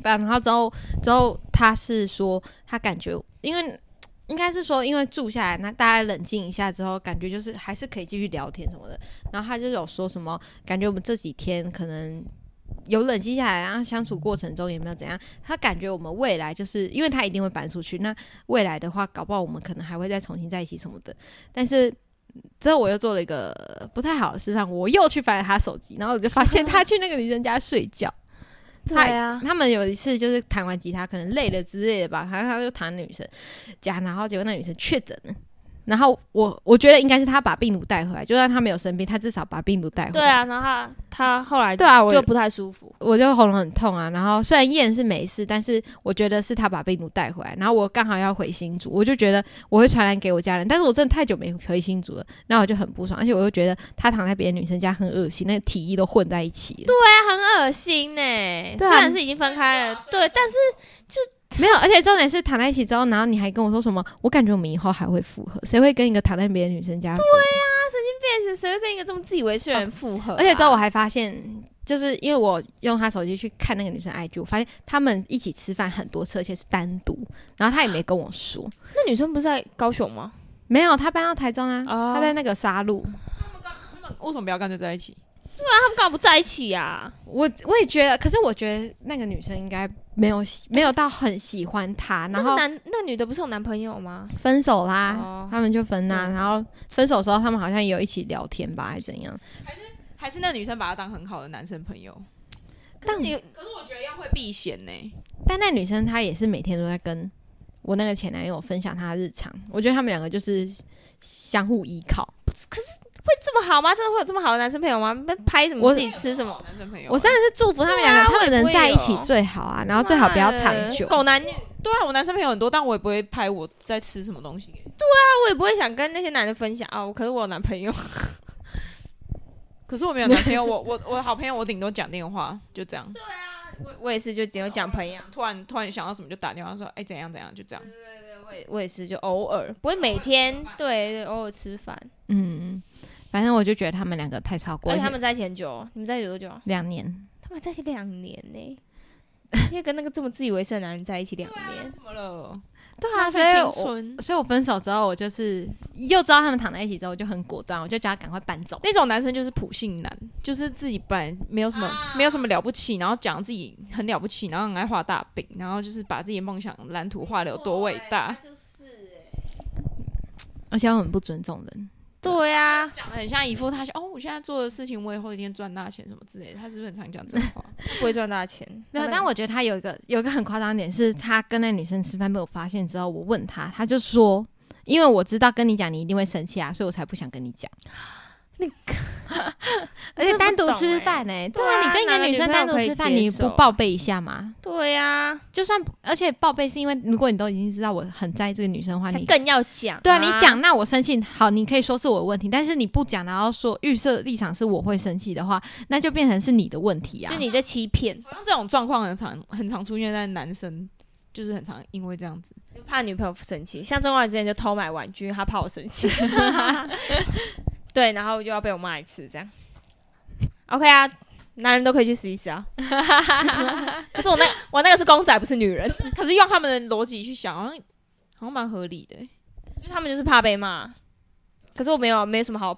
Speaker 3: 然后之后之后他是说他感觉，因为应该是说因为住下来，那大家冷静一下之后，感觉就是还是可以继续聊天什么的。然后他就有说什么，感觉我们这几天可能。有冷静下来，然后相处过程中也没有怎样，他感觉我们未来就是因为他一定会搬出去，那未来的话，搞不好我们可能还会再重新在一起什么的。但是之后我又做了一个呃不太好的示范，我又去翻了他手机，然后我就发现他去那个女生家睡觉。
Speaker 1: 对
Speaker 3: 他
Speaker 1: 啊，
Speaker 3: 他们有一次就是弹完吉他，可能累了之类的吧，反正他就弹女生家，然后结果那女生确诊了。然后我我觉得应该是他把病毒带回来，就算他没有生病，他至少把病毒带回来。
Speaker 1: 对，啊，然后他他后来
Speaker 3: 对啊，我
Speaker 1: 就不太舒服。
Speaker 3: 我就喉咙很痛啊。然后虽然验是没事，但是我觉得是他把病毒带回来。然后我刚好要回新竹，我就觉得我会传染给我家人，但是我真的太久没回新竹了，那我就很不爽，而且我又觉得他躺在别的女生家很恶心，那个体液都混在一起了。
Speaker 1: 对啊，很恶心呢、
Speaker 3: 对啊
Speaker 1: 虽然是已经分开了，对，但是
Speaker 3: 没有，而且重点是躺在一起之后，然后你还跟我说什么？我感觉我们以后还会复合，谁会跟一个躺在别的女生家？对呀、
Speaker 1: 变成谁会跟一个这么自以为是的人复合啊、
Speaker 3: 而且之后我还发现，就是因为我用他手机去看那个女生 IG，我发现他们一起吃饭很多次，而且是单独，然后他也没跟我说。
Speaker 1: 那女生不是在高雄吗？
Speaker 3: 没有，他搬到台中啊，
Speaker 1: 哦
Speaker 3: 他在那个沙鹿。
Speaker 2: 为什么不要干脆在一起？
Speaker 1: 那他们干嘛不在一起啊呀、
Speaker 3: 我我也觉得，可是我觉得那个女生应该没有喜没有到很喜欢他，
Speaker 1: 那
Speaker 3: 然
Speaker 1: 个
Speaker 3: 后
Speaker 1: 男那个女的不是有男朋友吗？
Speaker 3: 分手啦，
Speaker 1: 哦
Speaker 3: 他们就分啦、
Speaker 1: 嗯
Speaker 3: 然后分手的时候，他们好像也有一起聊天吧，还是怎样？
Speaker 2: 还是那女生把他当很好的男生朋友？
Speaker 3: 但
Speaker 1: 你
Speaker 2: 可是我觉得要会避嫌呢、
Speaker 3: 但那女生她也是每天都在跟我那个前男友分享她的日常，我觉得他们两个就是相互依靠。
Speaker 1: 这么好吗？真的会有这么好的男生朋友吗？那拍什么
Speaker 3: 我
Speaker 1: 自己吃什么？
Speaker 2: 男生朋友啊、
Speaker 3: 我当然是祝福他们两个，
Speaker 1: 啊
Speaker 3: 他们能在一起最好啊，然后最好不要长久。
Speaker 1: 狗男女，
Speaker 2: 对啊，我男生朋友很多，但我也不会拍我在吃什么东西给你。
Speaker 1: 那我也不会想跟那些男的分享啊。我可是我有男朋友，
Speaker 2: 可是我没有男朋 友，我我我好朋友，我顶多讲电话，就这样。
Speaker 1: 我我也是就只有讲朋友，
Speaker 2: 突然突然想到什么就打电话说，哎、怎样怎样，就这样。
Speaker 1: 我也我也是就偶尔，不会每天，对，对偶尔吃饭。
Speaker 3: 嗯，反正我就觉得他们两个太超过，
Speaker 1: 而且他
Speaker 3: 而且
Speaker 1: 们在一起很久，你们在一起多久啊？
Speaker 3: 两年。
Speaker 1: 他们在一起两年呢、因为跟那个这么自以为是的男人在一起两年，
Speaker 2: 怎么了？
Speaker 3: 对
Speaker 2: 浪
Speaker 3: 啊，所
Speaker 2: 费
Speaker 3: 以
Speaker 2: 青
Speaker 3: 我
Speaker 2: 春。
Speaker 3: 所以我分手之后，我就是又知道他们躺在一起之后，我就很果断，我就叫他赶快搬走。
Speaker 2: 那种男生就是普信男，就是自己本来没有什么、没有什么了不起，然后讲自己很了不起，然后很爱画大饼，然后就是把自己的梦想蓝图画的有多伟
Speaker 1: 哎
Speaker 2: 大，
Speaker 3: 而且我很不尊重人，
Speaker 1: 对呀、啊，
Speaker 2: 讲的很像一副他想哦，我现在做的事情，我以后一定赚大钱什么之类的。他是不是很常讲这种话？
Speaker 1: 不会赚大 钱。
Speaker 3: 没有，
Speaker 1: 他们
Speaker 3: 但我觉得他有一个有一个很夸张的点是，他跟那女生吃饭被我发现之后，我问他，他就说，因为我知道跟你讲你一定会生气啊，所以我才不想跟你讲。
Speaker 1: 你
Speaker 3: 而且单独吃饭呢、对
Speaker 1: 对
Speaker 3: 啊，
Speaker 1: 啊
Speaker 3: 你跟一个女生单独吃
Speaker 1: 哪个
Speaker 3: 饭，
Speaker 1: 女朋友可以
Speaker 3: 你
Speaker 1: 接受
Speaker 3: 不报备一下吗？
Speaker 1: 对啊呀、
Speaker 3: 就算而且报备是因为，如果你都已经知道我很在意这个女生的话，
Speaker 1: 他
Speaker 3: 你
Speaker 1: 更要讲、
Speaker 3: 对啊，你，讲那我生气，好，你可以说是我的问题，但是你不讲，然后说预设立场是我会生气的话，那就变成是你的问题啊
Speaker 1: 就。你在欺骗，
Speaker 2: 好像这种状况很常很常出现在男生，就是很常因为这样子。
Speaker 1: 就怕女朋友生气。像郑光之前就偷买玩具，他怕我生气， 对，然后就要被我骂一次这样。OK 啊，男人都可以去试一试 啊。可是我那我那个是公仔，不是女人，
Speaker 2: 可是用他们的逻辑去想，好像好像蛮合理的欸、
Speaker 1: 就他们就是怕被骂。啊可是我没有，没有什么好，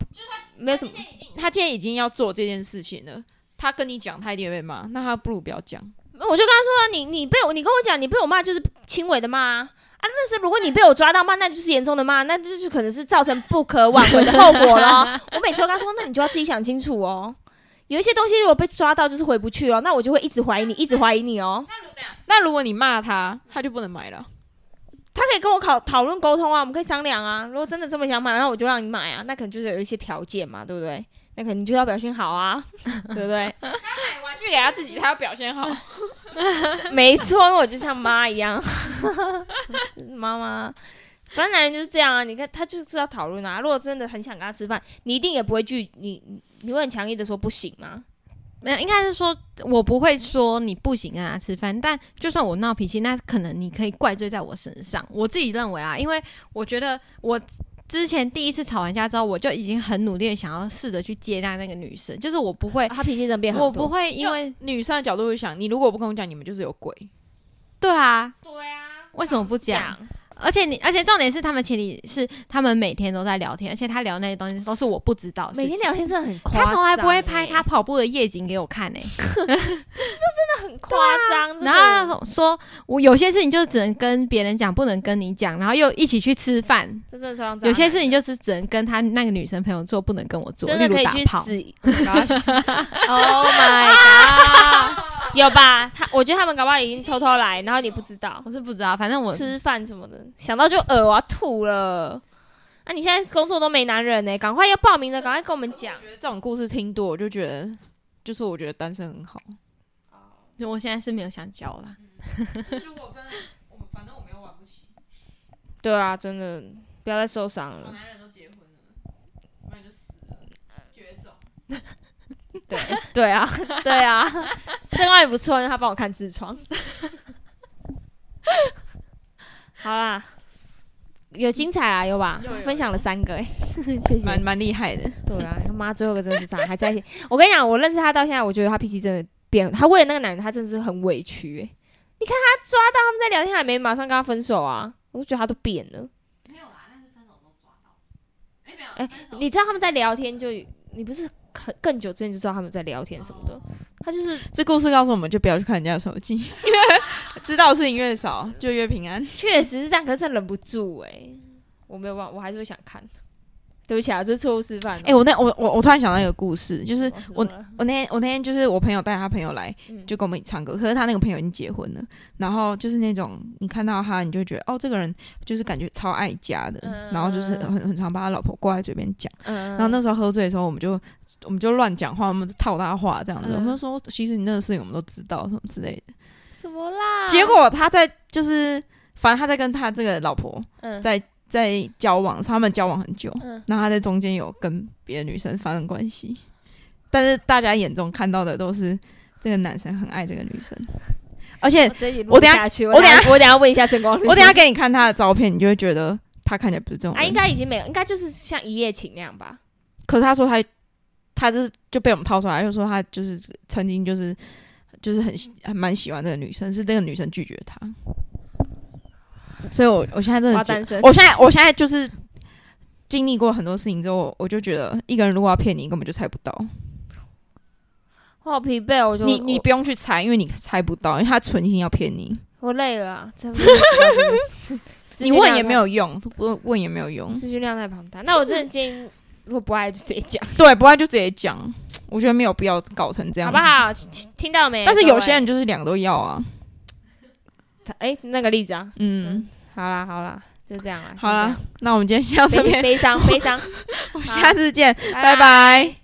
Speaker 1: 没有什么。
Speaker 2: 他今天已经要做这件事情了，他跟你讲，他一定会被骂，那他不如不要讲。
Speaker 1: 我就跟他说啊，你你被我，你跟我讲，你被我骂就是轻微的骂啊。啊，但是如果你被我抓到骂，那就是严重的骂，那这就是可能是造成不可挽回的后果咯。我每次都跟他说，那你就要自己想清楚哦。有一些东西如果被抓到就是回不去了，那我就会一直怀疑你，一直怀疑你哦。
Speaker 2: 那如果你骂他，他就不能买了。
Speaker 1: 他可以跟我讨讨论沟通啊，我们可以商量啊。如果真的这么想买，那我就让你买啊。那可能就是有一些条件嘛，对不对？那可能你就要表现好啊， 对不对？
Speaker 2: 玩具给他自己，他要表现好。
Speaker 1: 没错，因为我就像妈一样，妈妈。反正男人就是这样啊，你看他就是要讨论啊。如果真的很想跟他吃饭，你一定也不会拒，你你你会很强硬的说不行吗？
Speaker 3: 没有，应该是说我不会说你不行跟他吃饭，但就算我闹脾气，那可能你可以怪罪在我身上。我自己认为啦，因为我觉得我之前第一次吵完架之后，我就已经很努力的想要试着去接纳那个女生，就是我不会
Speaker 1: 啊，他脾气真的变很
Speaker 3: 我
Speaker 1: 多
Speaker 3: 不会因为
Speaker 2: 女生的角度会想，你如果不跟我讲，你们就是有鬼。
Speaker 3: 对啊，
Speaker 1: 对啊，
Speaker 3: 为什么不
Speaker 1: 这
Speaker 3: 讲？而且你，而且重点是，他们前提是他们每天都在聊天，而且他聊那些东西都是我不知道的事
Speaker 1: 每
Speaker 3: 情。
Speaker 1: 天聊天真的很夸张、欸
Speaker 3: 他从来不会拍他，跑步的夜景给我看诶、欸
Speaker 1: 很夸张。
Speaker 3: 然后他说我有些事情就只能跟别人讲，不能跟你讲，然后又一起去吃饭。
Speaker 1: 这真的超
Speaker 3: 有些事情就是只能跟他那个女生朋友做，不能跟我做，
Speaker 1: 真的
Speaker 3: 例如
Speaker 1: 可以
Speaker 3: 打
Speaker 1: 去
Speaker 3: 炮。
Speaker 1: 死。oh my god！有吧？他我觉得他们搞不好已经偷偷来，然后你不知道。
Speaker 3: 我是不知道，反正我
Speaker 1: 吃饭什么的，想到就恶我要吐了。啊，你现在工作都没男人呢、欸赶快要报名了，赶快跟我们讲。
Speaker 2: 觉得这种故事听多，我就觉得，就是我觉得单身很好。
Speaker 3: 我现在是没有想交啦。
Speaker 2: 如果真的，我们反正我没有玩不起，
Speaker 1: 对啊，真的不要再受伤了。
Speaker 2: 男人都结婚了，不然就死了，绝种。
Speaker 1: 对对 啊，对啊，这外也不错，因为他帮我看痔 疮。好啦，有精彩啊，有吧？
Speaker 2: 有有
Speaker 1: 分享了三个、欸， 谢谢。
Speaker 2: 蛮蛮厉害的，
Speaker 1: 对啊，他妈最后一个真的是渣，还在一起。我跟你讲，我认识他到现在，我觉得他脾气真的变，他为了那个男的，他真的是很委屈、欸。你看他抓到他们在聊天，还没马上跟他分手啊，我就觉得他都变了。哎、你知道他们在聊天就，你不是很更久之前就知道他们在聊天什么的，他就是
Speaker 2: 这故事告诉我们就不要去看人家的手 机，因为知道的事情越少就越平安。
Speaker 1: 确实是这样，可是忍不住哎、我没有办法，我还是会想看。对不起啊，这是错误示范哦、
Speaker 2: 哎、我那我我我突然想到一个故事，就是
Speaker 1: 怎么了
Speaker 2: 我
Speaker 1: 嗯怎么了
Speaker 2: 我那天我那天就是我朋友带他朋友来，
Speaker 1: 嗯
Speaker 2: 就跟我们一起唱歌。可是他那个朋友已经结婚了，然后就是那种你看到他，你就会觉得哦，这个人就是感觉超爱家的，
Speaker 1: 嗯
Speaker 2: 然后就是很很常把他老婆挂在嘴边讲。
Speaker 1: 嗯，
Speaker 2: 然后那时候喝醉的时候，我们就我们就乱讲话，我们就套他话这样子。
Speaker 1: 嗯
Speaker 2: 我们就说，其实你那个事情我们都知道什么之类的。
Speaker 1: 什么啦？
Speaker 2: 结果他在就是，反正他在跟他这个老婆
Speaker 1: 嗯
Speaker 2: 在在交往，他们交往很久。
Speaker 1: 嗯，
Speaker 2: 那他在中间有跟别的女生发生关系，但是大家眼中看到的都是这个男生很爱这个女生，而且
Speaker 1: 我这一集
Speaker 2: 我
Speaker 1: 录
Speaker 2: 等下
Speaker 1: 下去，
Speaker 2: 我等下
Speaker 1: 下我等下问一下郑光
Speaker 2: 我等一下给你看他的照片，你就会觉得他看起来不是这种
Speaker 1: 啊，
Speaker 2: 人。
Speaker 1: 应该已经没有，应该就是像一夜情那样吧。
Speaker 2: 可是他说他他就是就被我们掏出来，就说他就是曾经就是就是很喜很蛮喜欢这个女生，是这个女生拒绝他，所以我我现在真
Speaker 1: 我
Speaker 2: 的
Speaker 1: 要
Speaker 2: 觉得哦
Speaker 1: 单身，
Speaker 2: 我现在我现在就是经历过很多事情之后，我就觉得一个人如果要骗你，根本就猜不到。
Speaker 1: 我好疲惫哦，我就
Speaker 2: 你你
Speaker 1: 我
Speaker 2: 不用去猜，因为你猜不到，因为他存心要骗你，
Speaker 1: 我累了啊，真的不知道怎么资
Speaker 2: 你
Speaker 1: 讯量
Speaker 2: 问也
Speaker 1: 太
Speaker 2: 没有用，问问也没有用。
Speaker 1: 资讯量太庞大。那我 真的建议，如果不爱就直接讲，
Speaker 2: 对，不然就直接讲，我觉得没有必要搞成这样
Speaker 1: 好
Speaker 2: 子
Speaker 1: 不。好？听听到没？
Speaker 2: 但是有些
Speaker 1: 各
Speaker 2: 人就是两个都要啊，
Speaker 1: 位，哎，那个例子啊，
Speaker 2: 嗯，
Speaker 1: 好啦好啦，就这样啦，
Speaker 2: 好啦，那我们今天先到
Speaker 1: 就
Speaker 2: 这
Speaker 1: 这样，悲
Speaker 2: 边，
Speaker 1: 悲伤悲伤，
Speaker 2: 我们下次见，
Speaker 1: 拜
Speaker 2: 拜拜